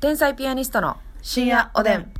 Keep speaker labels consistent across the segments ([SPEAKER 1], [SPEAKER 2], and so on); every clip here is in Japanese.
[SPEAKER 1] 天才ピアニストの深夜おでん。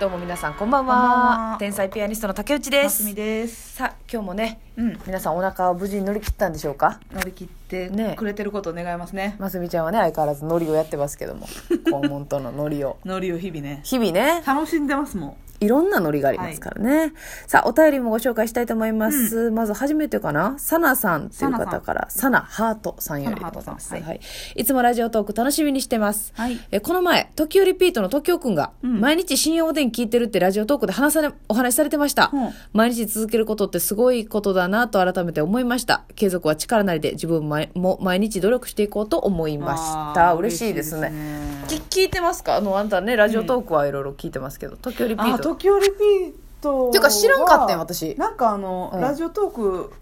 [SPEAKER 1] どうも皆さんこんばんは
[SPEAKER 2] こんばんは
[SPEAKER 1] 天才ピアニストの竹内
[SPEAKER 2] ま
[SPEAKER 1] ですす
[SPEAKER 2] みです。
[SPEAKER 1] さあ今日もね
[SPEAKER 2] うん。
[SPEAKER 1] 皆さんお腹を無事に乗り切ったんでしょうか
[SPEAKER 2] 乗り切って
[SPEAKER 1] ね
[SPEAKER 2] くれてることを願いますね。
[SPEAKER 1] ますみちゃんはね相変わらずノリをやってますけど も肛門とのノリを
[SPEAKER 2] 乗りを日々ね。
[SPEAKER 1] 日々ね
[SPEAKER 2] 楽しんでますも
[SPEAKER 1] いろんなノリがありますからね、さあお便りもご紹介したいと思います、まず初めてかなサナさんという方からサナハートさんよりでございます、
[SPEAKER 2] サ
[SPEAKER 1] はい
[SPEAKER 2] ナハートさん
[SPEAKER 1] い、つもラジオトーク楽しみにしてます、
[SPEAKER 2] はい
[SPEAKER 1] えこの前時折ピートの時おくんが、
[SPEAKER 2] うん
[SPEAKER 1] 毎日深夜おでん聞いてるってラジオトークで話されお話しされてました、
[SPEAKER 2] うん
[SPEAKER 1] 毎日続けることってすごいことだなと改めて思いました継続は力なりで自分もも毎日努力していこうと思い
[SPEAKER 2] ん。
[SPEAKER 1] まし
[SPEAKER 2] あ
[SPEAKER 1] た
[SPEAKER 2] ー
[SPEAKER 1] 嬉しいですね
[SPEAKER 2] 嬉しいですね
[SPEAKER 1] き聞いてますかあのあんたねラジオトークはいろいろ聞いてますけど、時折ピート
[SPEAKER 2] あ、時折ピートは。
[SPEAKER 1] てか知らんかったん私
[SPEAKER 2] なんかあの、
[SPEAKER 1] うん
[SPEAKER 2] ラジオトーク、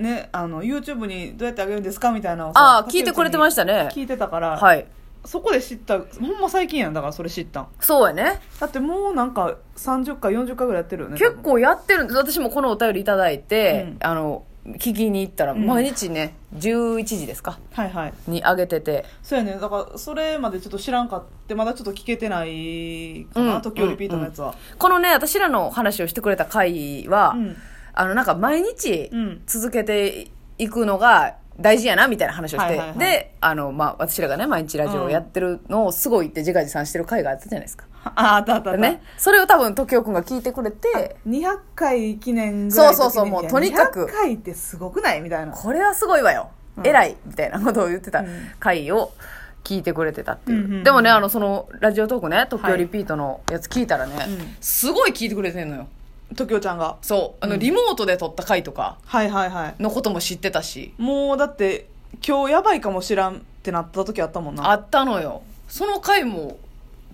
[SPEAKER 2] ね、あの、YouTube にどうやってあげるんですかみたいなのをさ
[SPEAKER 1] ああ、聞いてくれてましたね。
[SPEAKER 2] 聞いてたから、
[SPEAKER 1] はい。
[SPEAKER 2] そこで知った、ほんま最近やん、だからそれ知ったん。
[SPEAKER 1] そうやね。
[SPEAKER 2] だってもうなんか30回、40回ぐらいやってるよね。
[SPEAKER 1] 結構やってるんです。私もこのお便りいただいて、
[SPEAKER 2] うん
[SPEAKER 1] あの、聞きに行ったら、
[SPEAKER 2] ん
[SPEAKER 1] 毎日ね、11時ですか
[SPEAKER 2] 多分。はいはい。
[SPEAKER 1] に上げてて。
[SPEAKER 2] そうやねだからそれまでちょっと知らんかってまだちょっと聞けてないかな、
[SPEAKER 1] うん
[SPEAKER 2] 時折ピートのやつは
[SPEAKER 1] このね、私らの話をしてくれた回は、
[SPEAKER 2] うん
[SPEAKER 1] あの、なんか毎日
[SPEAKER 2] うん
[SPEAKER 1] 続けていくのが、大事やなみたいな話をして、
[SPEAKER 2] はいはいはい
[SPEAKER 1] であの、まあ、私らがね毎日ラジオをやってるのをすごいって自画自賛してる回があったじゃないですか、
[SPEAKER 2] あああったあったあった、
[SPEAKER 1] ね、それを多分時生くんが聞いてくれて
[SPEAKER 2] 200回記念ぐらいの時に
[SPEAKER 1] そうそうそうもうとにかく
[SPEAKER 2] 200回ってすごくないみたいな
[SPEAKER 1] これはすごいわよ、
[SPEAKER 2] うん
[SPEAKER 1] 偉いみたいなことを言ってた
[SPEAKER 2] うん
[SPEAKER 1] 回を聞いてくれてたっていう、
[SPEAKER 2] うんうんうん
[SPEAKER 1] でもねあのそのラジオトークね東京
[SPEAKER 2] はい
[SPEAKER 1] リピートのやつ聞いたらね、
[SPEAKER 2] うん
[SPEAKER 1] すごい聞いてくれてんのよ
[SPEAKER 2] 時おちゃんが
[SPEAKER 1] そうあの、リモートで撮った回とか
[SPEAKER 2] はいはいはい
[SPEAKER 1] のことも知ってたし
[SPEAKER 2] もうだって今日やばいかもしらんってなった時あったもんな
[SPEAKER 1] あったのよその回も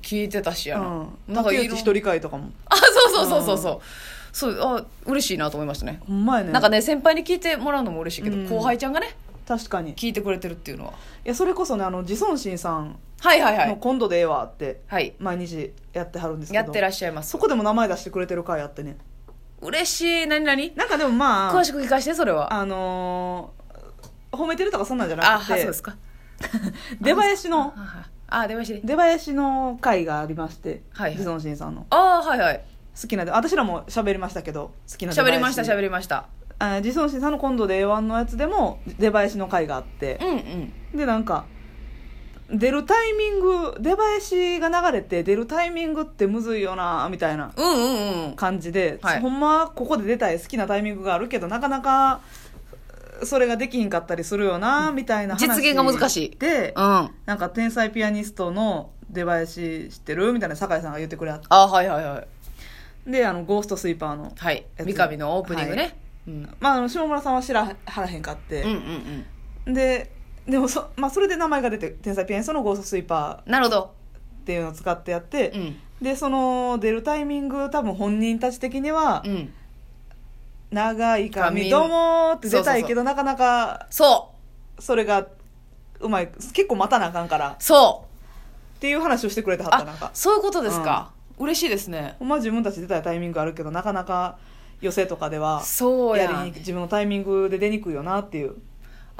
[SPEAKER 1] 聞いてたしやな,、
[SPEAKER 2] うん
[SPEAKER 1] なんかい
[SPEAKER 2] 時
[SPEAKER 1] ろ
[SPEAKER 2] おち一人会とかも
[SPEAKER 1] あそうそうそうそうそう、そうあ嬉しいなと思いましたね
[SPEAKER 2] ほんまやね
[SPEAKER 1] なんかね先輩に聞いてもらうのも嬉しいけど、
[SPEAKER 2] うん
[SPEAKER 1] 後輩ちゃんがね
[SPEAKER 2] 確かにい
[SPEAKER 1] 聞いてくれてるっていうのは
[SPEAKER 2] やそれこそねあの自尊心さん
[SPEAKER 1] はいはいは
[SPEAKER 2] の
[SPEAKER 1] い
[SPEAKER 2] 今度でええわって
[SPEAKER 1] はい
[SPEAKER 2] 毎日やってはるんですけ
[SPEAKER 1] や
[SPEAKER 2] ど
[SPEAKER 1] ってらっしゃいます
[SPEAKER 2] そこでも名前出してくれてる回あってね
[SPEAKER 1] 嬉しい何何
[SPEAKER 2] なんかでもまあ
[SPEAKER 1] 詳しく聞かしてそれは
[SPEAKER 2] あのー褒めてるとかそんなんじゃ
[SPEAKER 1] あ
[SPEAKER 2] なく
[SPEAKER 1] はそう
[SPEAKER 2] て
[SPEAKER 1] ですか
[SPEAKER 2] 出囃子の
[SPEAKER 1] ああ出ましね
[SPEAKER 2] 出囃子の会がありまして
[SPEAKER 1] はいはい
[SPEAKER 2] 自尊心さんの
[SPEAKER 1] ああはいはい
[SPEAKER 2] 好きなで私らも喋りましたけど好きな出囃子
[SPEAKER 1] 喋りました喋りました
[SPEAKER 2] あ自尊心さんの今度で A1 のやつでも出囃子の会があって
[SPEAKER 1] うんうん
[SPEAKER 2] でなんか出るタイミング出囃子が流れて出るタイミングってむずいよなみたいな
[SPEAKER 1] うんうんうん
[SPEAKER 2] 感じで、
[SPEAKER 1] はい
[SPEAKER 2] ほんまはここで出たい好きなタイミングがあるけどなかなかそれができひんかったりするよなみたいな話
[SPEAKER 1] 実現が難しい
[SPEAKER 2] で
[SPEAKER 1] うんあ
[SPEAKER 2] なんか天才ピアニストの出囃子知ってるみたいな酒井さんが言ってくれはっ
[SPEAKER 1] あはいはいはい
[SPEAKER 2] てであのゴーストスイーパーの
[SPEAKER 1] はい
[SPEAKER 2] やつ
[SPEAKER 1] 三上のオープニング
[SPEAKER 2] は
[SPEAKER 1] ねうん
[SPEAKER 2] まああの下村さんは知らはらへんかっ
[SPEAKER 1] うんうんう
[SPEAKER 2] て、
[SPEAKER 1] ん
[SPEAKER 2] ででもそ,、まあ、それで名前が出て天才ピアニストのゴーストスイーパ
[SPEAKER 1] なるほど
[SPEAKER 2] ーっていうのを使ってやって、
[SPEAKER 1] うん
[SPEAKER 2] でその出るタイミング多分本人たち的には
[SPEAKER 1] うん
[SPEAKER 2] 「長い
[SPEAKER 1] 髪
[SPEAKER 2] 髪どうも」って出たいけどなかなか
[SPEAKER 1] そ
[SPEAKER 2] それがうまい結構待たなあかんから
[SPEAKER 1] うそう
[SPEAKER 2] っていう話をしてくれてはったなん
[SPEAKER 1] あ
[SPEAKER 2] か
[SPEAKER 1] そういうことですか嬉しいですね
[SPEAKER 2] ほんま自分たち出たいタイミングあるけどなかなか寄せとかでは
[SPEAKER 1] そう
[SPEAKER 2] や
[SPEAKER 1] や
[SPEAKER 2] りに
[SPEAKER 1] ん
[SPEAKER 2] くい自分のタイミングで出にくいよなっていう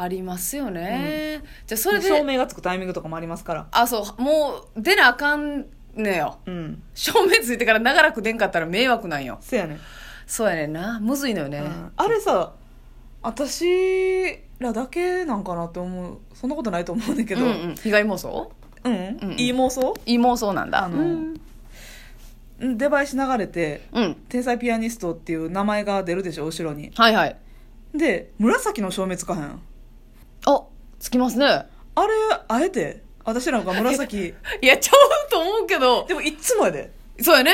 [SPEAKER 1] ありますよねじゃあそれ
[SPEAKER 2] 照
[SPEAKER 1] で
[SPEAKER 2] 明がつくタイミングとかもありますから
[SPEAKER 1] あそうもう出なあかんねよ
[SPEAKER 2] うん
[SPEAKER 1] 照明ついてから長らく出んかったら迷惑なんよ
[SPEAKER 2] せやねん、
[SPEAKER 1] そうやねんなむずいのよね、
[SPEAKER 2] うんあれさ私らだけなんかなって思うそんなことないと思うねんだけ
[SPEAKER 1] う
[SPEAKER 2] ど
[SPEAKER 1] んうん、被害妄想
[SPEAKER 2] うん、
[SPEAKER 1] うんうん
[SPEAKER 2] いい妄想
[SPEAKER 1] いい妄想なんだ
[SPEAKER 2] あの
[SPEAKER 1] うん、
[SPEAKER 2] うん出囃子流れて
[SPEAKER 1] うん
[SPEAKER 2] 「天才ピアニスト」っていう名前が出るでしょ後ろに
[SPEAKER 1] はいはい
[SPEAKER 2] で紫の照明つかへん
[SPEAKER 1] あつきますね
[SPEAKER 2] あれあえて私なんか紫
[SPEAKER 1] いやちゃうと思うけど
[SPEAKER 2] でもいっつもやで
[SPEAKER 1] そうやね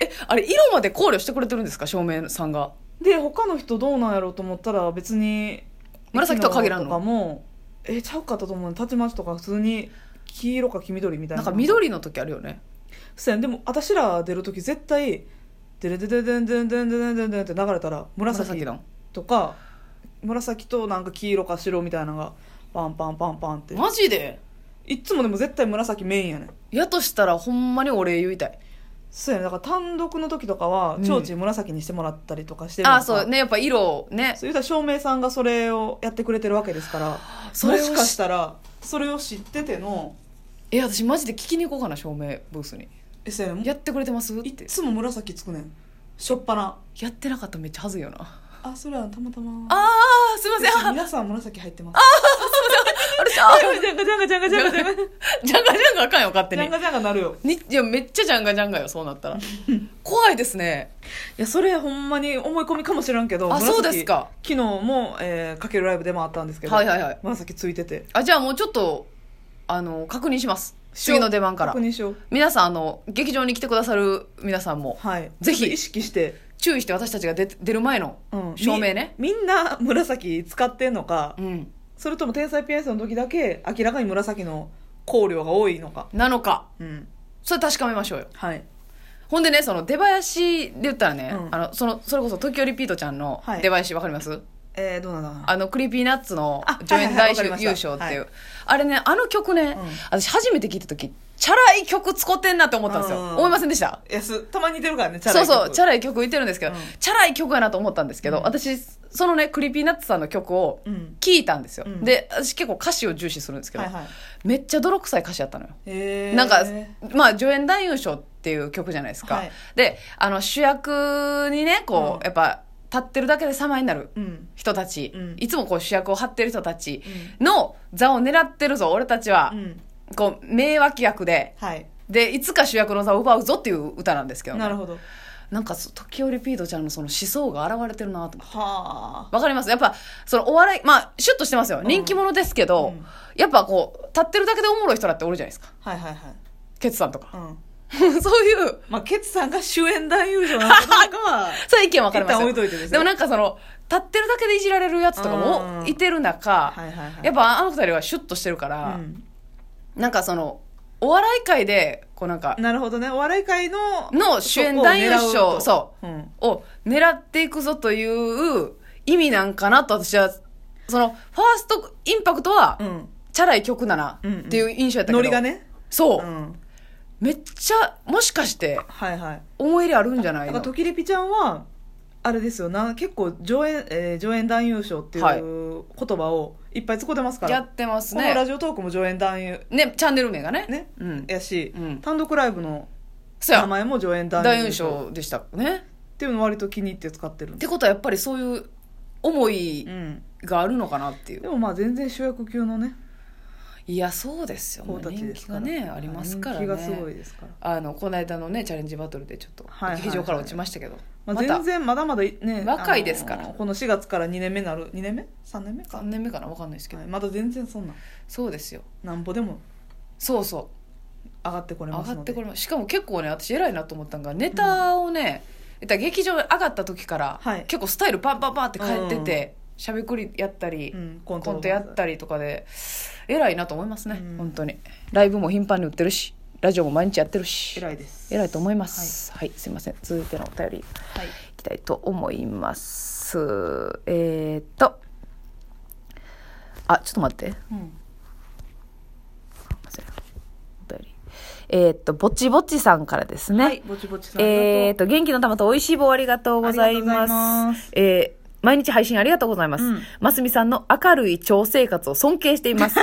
[SPEAKER 1] えあれ色まで考慮してくれてるんですか照明さんが
[SPEAKER 2] で他の人どうなんやろうと思ったら別に
[SPEAKER 1] 紫とは限らんの
[SPEAKER 2] とかもえちゃうかったと思うねたちまちとか普通に黄色か黄緑みたい
[SPEAKER 1] な
[SPEAKER 2] なん
[SPEAKER 1] か緑の時あるよね
[SPEAKER 2] そうやんでも私ら出る時絶対「デレデレデンデンデンデンデンデン」って流れたら
[SPEAKER 1] 紫
[SPEAKER 2] 紫
[SPEAKER 1] の
[SPEAKER 2] とか紫となんか黄色か白みたいなのがパンパンパンパンって
[SPEAKER 1] マジで
[SPEAKER 2] いっつもでも絶対紫メインやねん
[SPEAKER 1] やとしたらほんまにお礼言いたい
[SPEAKER 2] そうやねだから単独の時とかは
[SPEAKER 1] うん
[SPEAKER 2] ちょうちん紫にしてもらったりとかしてる
[SPEAKER 1] あ
[SPEAKER 2] の
[SPEAKER 1] あそうねやっぱ色をね
[SPEAKER 2] そう言うたら照明さんがそれをやってくれてるわけですから
[SPEAKER 1] そ
[SPEAKER 2] も
[SPEAKER 1] れを知っ
[SPEAKER 2] しかしたらそれを知ってての
[SPEAKER 1] え私マジで聞きに行こうかな照明ブースに
[SPEAKER 2] えそうやね
[SPEAKER 1] やってくれてますっ
[SPEAKER 2] い
[SPEAKER 1] て
[SPEAKER 2] つも紫つくねんしょっぱな
[SPEAKER 1] やってなかったらめっちゃはずいよなあ
[SPEAKER 2] あそれはたまたま
[SPEAKER 1] あすいません あ
[SPEAKER 2] 皆さん紫入ってます
[SPEAKER 1] あれしゃ
[SPEAKER 2] あじゃんがじゃんがじゃんがじゃんがじゃんが
[SPEAKER 1] ジャンガジャンガあかんよ勝手
[SPEAKER 2] じゃ
[SPEAKER 1] に
[SPEAKER 2] んがじゃんがなるよ
[SPEAKER 1] にいやめっちゃジャンガジャンガよそうな ったら怖いですね
[SPEAKER 2] いやそれほんまに思い込みかもしれんけど
[SPEAKER 1] あ
[SPEAKER 2] 紫
[SPEAKER 1] そうですか
[SPEAKER 2] 昨日も、えーかけるライブでもあったんですけど、
[SPEAKER 1] はいはいはい
[SPEAKER 2] 紫ついてて
[SPEAKER 1] あじゃあもうちょっとあの確認します
[SPEAKER 2] しよう
[SPEAKER 1] 次の出番から
[SPEAKER 2] 確認しよう
[SPEAKER 1] 皆さんあの劇場に来てくださる皆さんも
[SPEAKER 2] はい
[SPEAKER 1] ぜひ
[SPEAKER 2] ちょっと意識して、
[SPEAKER 1] 注意して私たちが出て出る前の
[SPEAKER 2] うん
[SPEAKER 1] 照明ね
[SPEAKER 2] みみんな紫使ってんのか、
[SPEAKER 1] うん
[SPEAKER 2] それとも天才ピアニストの時だけ明らかに紫の香料が多いのか
[SPEAKER 1] なのか
[SPEAKER 2] うん
[SPEAKER 1] それ確かめましょうよ
[SPEAKER 2] はい
[SPEAKER 1] ほんでねその出囃子で言ったらね、
[SPEAKER 2] うん
[SPEAKER 1] あのそのそれこそ東京リピートちゃんの
[SPEAKER 2] はい
[SPEAKER 1] 出囃子わかります
[SPEAKER 2] えー、どうなんだろうな
[SPEAKER 1] あのクリーピーナッツの
[SPEAKER 2] あ
[SPEAKER 1] 助演大
[SPEAKER 2] はいはいはい
[SPEAKER 1] 優勝
[SPEAKER 2] わ
[SPEAKER 1] って
[SPEAKER 2] か
[SPEAKER 1] い
[SPEAKER 2] り
[SPEAKER 1] う、
[SPEAKER 2] ま
[SPEAKER 1] あれねあの曲ね、
[SPEAKER 2] うん
[SPEAKER 1] 私初めて聞いた時チャラい曲使ってんなって思ったんですよ、
[SPEAKER 2] うん
[SPEAKER 1] 思いませんでした
[SPEAKER 2] いやすたまに似てるからねチャラ
[SPEAKER 1] そ
[SPEAKER 2] いう
[SPEAKER 1] そうチ
[SPEAKER 2] ャ
[SPEAKER 1] ャラい曲言ってるんですけど、
[SPEAKER 2] うん
[SPEAKER 1] チャラい曲やなと思ったんですけど、
[SPEAKER 2] うん
[SPEAKER 1] 私そのねクリーピーナッツさんの曲を
[SPEAKER 2] うん
[SPEAKER 1] 聞いたんですよ、
[SPEAKER 2] うん
[SPEAKER 1] で私結構歌詞を重視するんですけど、
[SPEAKER 2] はいはい
[SPEAKER 1] めっちゃ泥臭い歌詞やったのよ
[SPEAKER 2] えー、
[SPEAKER 1] なんか、まあ、助演男優賞っていう曲じゃないですか。
[SPEAKER 2] はい
[SPEAKER 1] で、あの、主役にね、こう、
[SPEAKER 2] うん
[SPEAKER 1] やっぱ、立ってるだけで様になる
[SPEAKER 2] うん
[SPEAKER 1] 人たち、
[SPEAKER 2] うん
[SPEAKER 1] いつもこう主役を張ってる人たちの座を狙ってるぞ、俺たちは
[SPEAKER 2] う。ん
[SPEAKER 1] こう、名脇役で、
[SPEAKER 2] はい
[SPEAKER 1] で、いつか主役の座を奪うぞっていう歌なんですけど、
[SPEAKER 2] なるほどは
[SPEAKER 1] なんか、そう時折ピートちゃんのその思想が現れてるなと思って。
[SPEAKER 2] あ
[SPEAKER 1] わかりますやっぱ、そのお笑い、まあ、シュッとしてますよ。人気者ですけど、
[SPEAKER 2] うん
[SPEAKER 1] やっぱこう、立ってるだけでおもろい人だっておるじゃないですか。
[SPEAKER 2] はいはいはい
[SPEAKER 1] ケツさんとか。
[SPEAKER 2] うん
[SPEAKER 1] そういう、
[SPEAKER 2] まあケツさんが主演男優賞なのかどう かは
[SPEAKER 1] それ意見分かれますよ
[SPEAKER 2] 一旦置いといてですね
[SPEAKER 1] でもなんかその立ってるだけでいじられるやつとか
[SPEAKER 2] う
[SPEAKER 1] も
[SPEAKER 2] ん
[SPEAKER 1] いてる中、
[SPEAKER 2] はいはいはい
[SPEAKER 1] やっぱあの二人はシュッとしてるから、
[SPEAKER 2] うん
[SPEAKER 1] なんかそのお笑い界でこうなんか
[SPEAKER 2] なるほどねお笑い界の
[SPEAKER 1] の主演男優賞
[SPEAKER 2] そ
[SPEAKER 1] そ
[SPEAKER 2] こを狙うと
[SPEAKER 1] を狙っていくぞという意味なんかなと私はそのファーストインパクトは、
[SPEAKER 2] うん、うん、
[SPEAKER 1] チャラい曲だな
[SPEAKER 2] うんうん
[SPEAKER 1] っていう印象やったけど、
[SPEAKER 2] ノリがね
[SPEAKER 1] そう、
[SPEAKER 2] うん
[SPEAKER 1] めっちゃもしかして
[SPEAKER 2] はいはい
[SPEAKER 1] 思い入れあるんじゃな
[SPEAKER 2] だ
[SPEAKER 1] い
[SPEAKER 2] から
[SPEAKER 1] の
[SPEAKER 2] 時リピちゃんはあれですよな結構上演、えー上演男優賞っていう
[SPEAKER 1] はい
[SPEAKER 2] 言葉をいっぱい使ってますから、
[SPEAKER 1] やってます
[SPEAKER 2] このラ
[SPEAKER 1] ね
[SPEAKER 2] ジオトークも上演男優
[SPEAKER 1] ねチャンネル名がね
[SPEAKER 2] ね、
[SPEAKER 1] うん
[SPEAKER 2] やし、
[SPEAKER 1] うん
[SPEAKER 2] 単独ライブの
[SPEAKER 1] そうや
[SPEAKER 2] 名前も上演男
[SPEAKER 1] 大優
[SPEAKER 2] 優賞
[SPEAKER 1] 勝でしたね
[SPEAKER 2] っていうのを割と気に入って使ってるん
[SPEAKER 1] っ
[SPEAKER 2] で
[SPEAKER 1] てことはやっぱりそういう思い
[SPEAKER 2] うん、
[SPEAKER 1] があるのかなっていう
[SPEAKER 2] でもまあ全然主役級のね
[SPEAKER 1] いやそうですよも
[SPEAKER 2] 子
[SPEAKER 1] う
[SPEAKER 2] たち
[SPEAKER 1] 人
[SPEAKER 2] です
[SPEAKER 1] 気
[SPEAKER 2] から
[SPEAKER 1] がねありますからね
[SPEAKER 2] 人気がすごいですから、
[SPEAKER 1] あのこの間のねチャレンジバトルでちょっと
[SPEAKER 2] はいはいはい
[SPEAKER 1] 劇場から落ちましたけど、
[SPEAKER 2] まあ、
[SPEAKER 1] ま
[SPEAKER 2] 全然まだまだね
[SPEAKER 1] 若いですから
[SPEAKER 2] あのこの4月から2年目になる2年目 ?3 年目
[SPEAKER 1] た
[SPEAKER 2] か、
[SPEAKER 1] 3年目かな分かんないですけど、
[SPEAKER 2] はいまだ全然そんな
[SPEAKER 1] そうですよ
[SPEAKER 2] なんぼでも
[SPEAKER 1] そうそ
[SPEAKER 2] 上がってこ
[SPEAKER 1] う
[SPEAKER 2] れ
[SPEAKER 1] 上
[SPEAKER 2] ます
[SPEAKER 1] が
[SPEAKER 2] の
[SPEAKER 1] って
[SPEAKER 2] で
[SPEAKER 1] これもしかも結構ね私偉いなと思ったのがネタをね、言ったら劇場上がった時から、
[SPEAKER 2] はい
[SPEAKER 1] 結構スタイルパンパンパンって変えてて、しゃべくりやったり、
[SPEAKER 2] うん、コン
[SPEAKER 1] コントやったりとかで偉いなと思いますね、
[SPEAKER 2] うん
[SPEAKER 1] 本当にライブも頻繁に売ってるしラジオも毎日やってるし
[SPEAKER 2] 偉いです
[SPEAKER 1] 偉いと思いますはい、すいません続いてのお便りい
[SPEAKER 2] はい
[SPEAKER 1] きたいと思いますえー、っとあちょっと待って
[SPEAKER 2] うん
[SPEAKER 1] お便りえー、っとぼちぼちさんからですね、
[SPEAKER 2] はいぼちぼちさん
[SPEAKER 1] えー、っ
[SPEAKER 2] と
[SPEAKER 1] と元気の玉と美味しい棒ありがとうございま
[SPEAKER 2] ありがとうご
[SPEAKER 1] す
[SPEAKER 2] ざいます
[SPEAKER 1] えー毎日配信ありがとうございます、
[SPEAKER 2] うん
[SPEAKER 1] ますみさんの明るい超生活を尊敬しています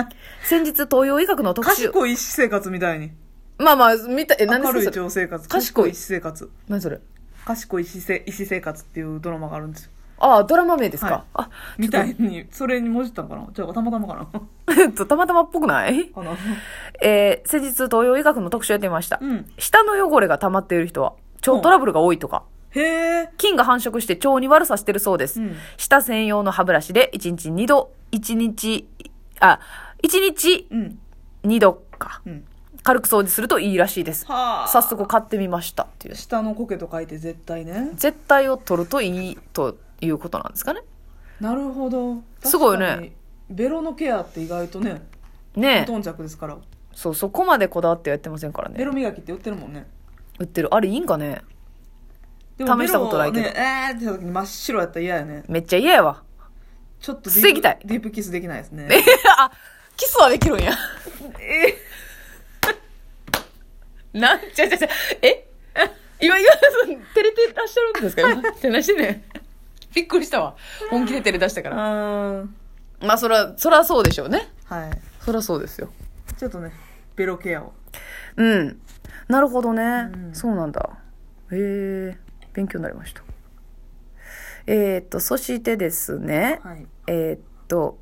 [SPEAKER 1] 先日東洋医学の特集
[SPEAKER 2] 賢い医師生活みたいに
[SPEAKER 1] まあまあ、見た、え、何
[SPEAKER 2] 明る
[SPEAKER 1] で
[SPEAKER 2] い
[SPEAKER 1] すかそれ
[SPEAKER 2] 超生活
[SPEAKER 1] 賢い
[SPEAKER 2] 医師生活
[SPEAKER 1] 何それ
[SPEAKER 2] 賢い医師生医師生活っていうドラマがあるんですよ
[SPEAKER 1] ああ、ドラマ名ですか。
[SPEAKER 2] はい
[SPEAKER 1] あ、
[SPEAKER 2] み たいにそれに文字ったんかなじゃあたまたまかな
[SPEAKER 1] えっと、たまたまっぽくない
[SPEAKER 2] かな
[SPEAKER 1] えー先日東洋医学の特集やってました。
[SPEAKER 2] うん
[SPEAKER 1] 舌の汚れが溜まっている人は、腸トラブルが多いとか、
[SPEAKER 2] へえ
[SPEAKER 1] 菌が繁殖して腸に悪さしてるそうです。
[SPEAKER 2] うん
[SPEAKER 1] 舌専用の歯ブラシで1日2度、1日、あ、1日
[SPEAKER 2] うん
[SPEAKER 1] 2度か。
[SPEAKER 2] うん
[SPEAKER 1] 軽く掃除するといいらしいです。
[SPEAKER 2] はあ
[SPEAKER 1] 早速買ってみましたっていう。
[SPEAKER 2] 下の苔と書いて絶対ね
[SPEAKER 1] 絶対を取るといいということなんですかね。
[SPEAKER 2] なるほど
[SPEAKER 1] すごいね
[SPEAKER 2] 確かにベロのケアって意外とね
[SPEAKER 1] ねえ。
[SPEAKER 2] 頓着ですから
[SPEAKER 1] そう、そこまでこだわってやってませんからね。
[SPEAKER 2] ベロ磨きって売ってるもんね
[SPEAKER 1] 売ってるあれいいんかね
[SPEAKER 2] でも
[SPEAKER 1] 試したことないけど
[SPEAKER 2] ベロをねえーってした時に真っ白やったら嫌やね
[SPEAKER 1] めっちゃ嫌やわ
[SPEAKER 2] ちょっとデ
[SPEAKER 1] 防
[SPEAKER 2] ィープ
[SPEAKER 1] ぎたい
[SPEAKER 2] ディープキスできないですね
[SPEAKER 1] あキスはできるんや
[SPEAKER 2] え
[SPEAKER 1] なんちゃちゃちゃえ今井川さん照れてらっしゃるんですか今照らしてねびっくりしたわ本気で照れ出したから
[SPEAKER 2] あ
[SPEAKER 1] まあそらそらそうでしょうね
[SPEAKER 2] あはい
[SPEAKER 1] そらそうですよ
[SPEAKER 2] ちょっとねベロケアを
[SPEAKER 1] うんなるほどね、
[SPEAKER 2] うん
[SPEAKER 1] そうなんだへえ勉強になりましたえーっとそしてですね
[SPEAKER 2] はい
[SPEAKER 1] えーっと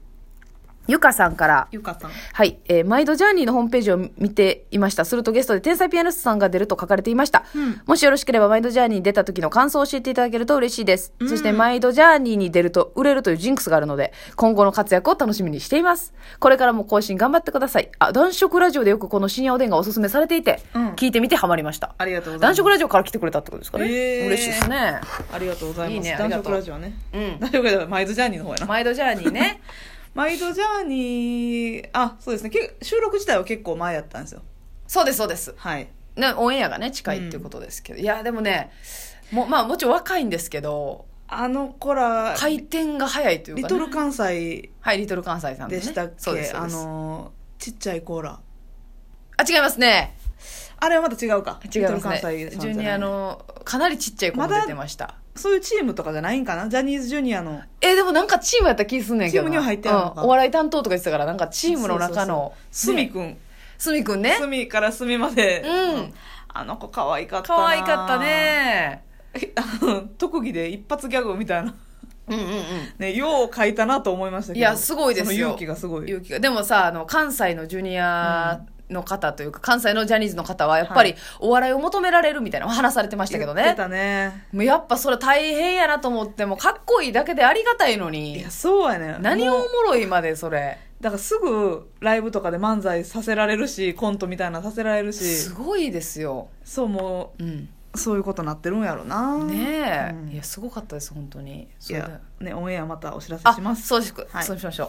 [SPEAKER 1] ゆかさんから
[SPEAKER 2] ゆかさん
[SPEAKER 1] はい、えー毎度ジャーニーのホームページを見ていました。するとゲストで天才ピアニストさんが出ると書かれていました。
[SPEAKER 2] うん
[SPEAKER 1] もしよろしければ、毎度ジャーニーに出た時の感想を教えていただけると嬉しいです。
[SPEAKER 2] うん
[SPEAKER 1] そして、毎度ジャーニーに出ると売れるというジンクスがあるので、今後の活躍を楽しみにしています。これからも更新頑張ってください。あ、男色ラジオでよくこの深夜おでんがおすすめされていて、
[SPEAKER 2] うん
[SPEAKER 1] 聞いてみてハマりました。
[SPEAKER 2] ありがとうございま
[SPEAKER 1] 男
[SPEAKER 2] す
[SPEAKER 1] 色ラジオから来てくれたってことですかね。
[SPEAKER 2] へー
[SPEAKER 1] 嬉しいですね。
[SPEAKER 2] ありがとうございます
[SPEAKER 1] いいねあ
[SPEAKER 2] 男
[SPEAKER 1] りがと
[SPEAKER 2] 色
[SPEAKER 1] う
[SPEAKER 2] ラジオね
[SPEAKER 1] うん。
[SPEAKER 2] 男色ラジオはマイズジャーニーの方やな
[SPEAKER 1] 毎度ジャーニーね。
[SPEAKER 2] マイドジャーニーあそうですねけ収録自体は結構前やったんですよ
[SPEAKER 1] そうです、そうです。
[SPEAKER 2] はい
[SPEAKER 1] ね、オンエアがね近いっていうことですけど、いやでもねもうまあもちろん若いんですけど
[SPEAKER 2] あの子ら
[SPEAKER 1] 回転が早いというか、
[SPEAKER 2] リ
[SPEAKER 1] ね、
[SPEAKER 2] トル関西
[SPEAKER 1] はいリトル関西さんの
[SPEAKER 2] で
[SPEAKER 1] ね
[SPEAKER 2] したっけ、
[SPEAKER 1] そうですそう
[SPEAKER 2] あ
[SPEAKER 1] です
[SPEAKER 2] のちっちゃい子ら
[SPEAKER 1] あ違いますね
[SPEAKER 2] あれはまた違うか
[SPEAKER 1] 違います
[SPEAKER 2] リトル関西さん
[SPEAKER 1] ね
[SPEAKER 2] じゃない
[SPEAKER 1] ジュニアのかなりちっちゃい子も
[SPEAKER 2] まだ
[SPEAKER 1] 出てました、
[SPEAKER 2] そういうチームとかじゃないんかなジャニーズジュニアの
[SPEAKER 1] えでもなんかチームやった気すんねんけどな
[SPEAKER 2] チームには入ってんのか
[SPEAKER 1] うんお笑い担当とか言ってたからなんかチームの中の
[SPEAKER 2] そうそうそう
[SPEAKER 1] ね
[SPEAKER 2] スミくん
[SPEAKER 1] すみくんね
[SPEAKER 2] スミからスミまで、
[SPEAKER 1] うん
[SPEAKER 2] あの子可愛かったな
[SPEAKER 1] 可愛かったね
[SPEAKER 2] あの特技で一発ギャグみたいな
[SPEAKER 1] うんうんうん
[SPEAKER 2] ねよう書いたなと思いましたけど
[SPEAKER 1] いやすごいですよ
[SPEAKER 2] その勇気がすごい
[SPEAKER 1] 勇気がでもさあの関西のジュニアの方というか、関西のジャニーズの方はやっぱり
[SPEAKER 2] は
[SPEAKER 1] お笑いを求められるみたいなのを話されてましたけど
[SPEAKER 2] 言っ
[SPEAKER 1] ね
[SPEAKER 2] てたね
[SPEAKER 1] もうやっぱそれ大変やなと思ってもかっこいいだけでありがたいの
[SPEAKER 2] い
[SPEAKER 1] に
[SPEAKER 2] やそうやね
[SPEAKER 1] 何をお
[SPEAKER 2] も
[SPEAKER 1] も
[SPEAKER 2] う
[SPEAKER 1] ろいまでそれ
[SPEAKER 2] だからすぐライブとかで漫才させられるしコントみたいなのさせられるし
[SPEAKER 1] すごいですよ、
[SPEAKER 2] そうも
[SPEAKER 1] うん、
[SPEAKER 2] うそういうことなってるんやろな
[SPEAKER 1] ねえ、
[SPEAKER 2] うん
[SPEAKER 1] いやすごかったです本当に
[SPEAKER 2] い
[SPEAKER 1] それで
[SPEAKER 2] やねオンエアまたお知らせ
[SPEAKER 1] あ
[SPEAKER 2] します
[SPEAKER 1] そうし,、
[SPEAKER 2] はい
[SPEAKER 1] そうしましょう、
[SPEAKER 2] はい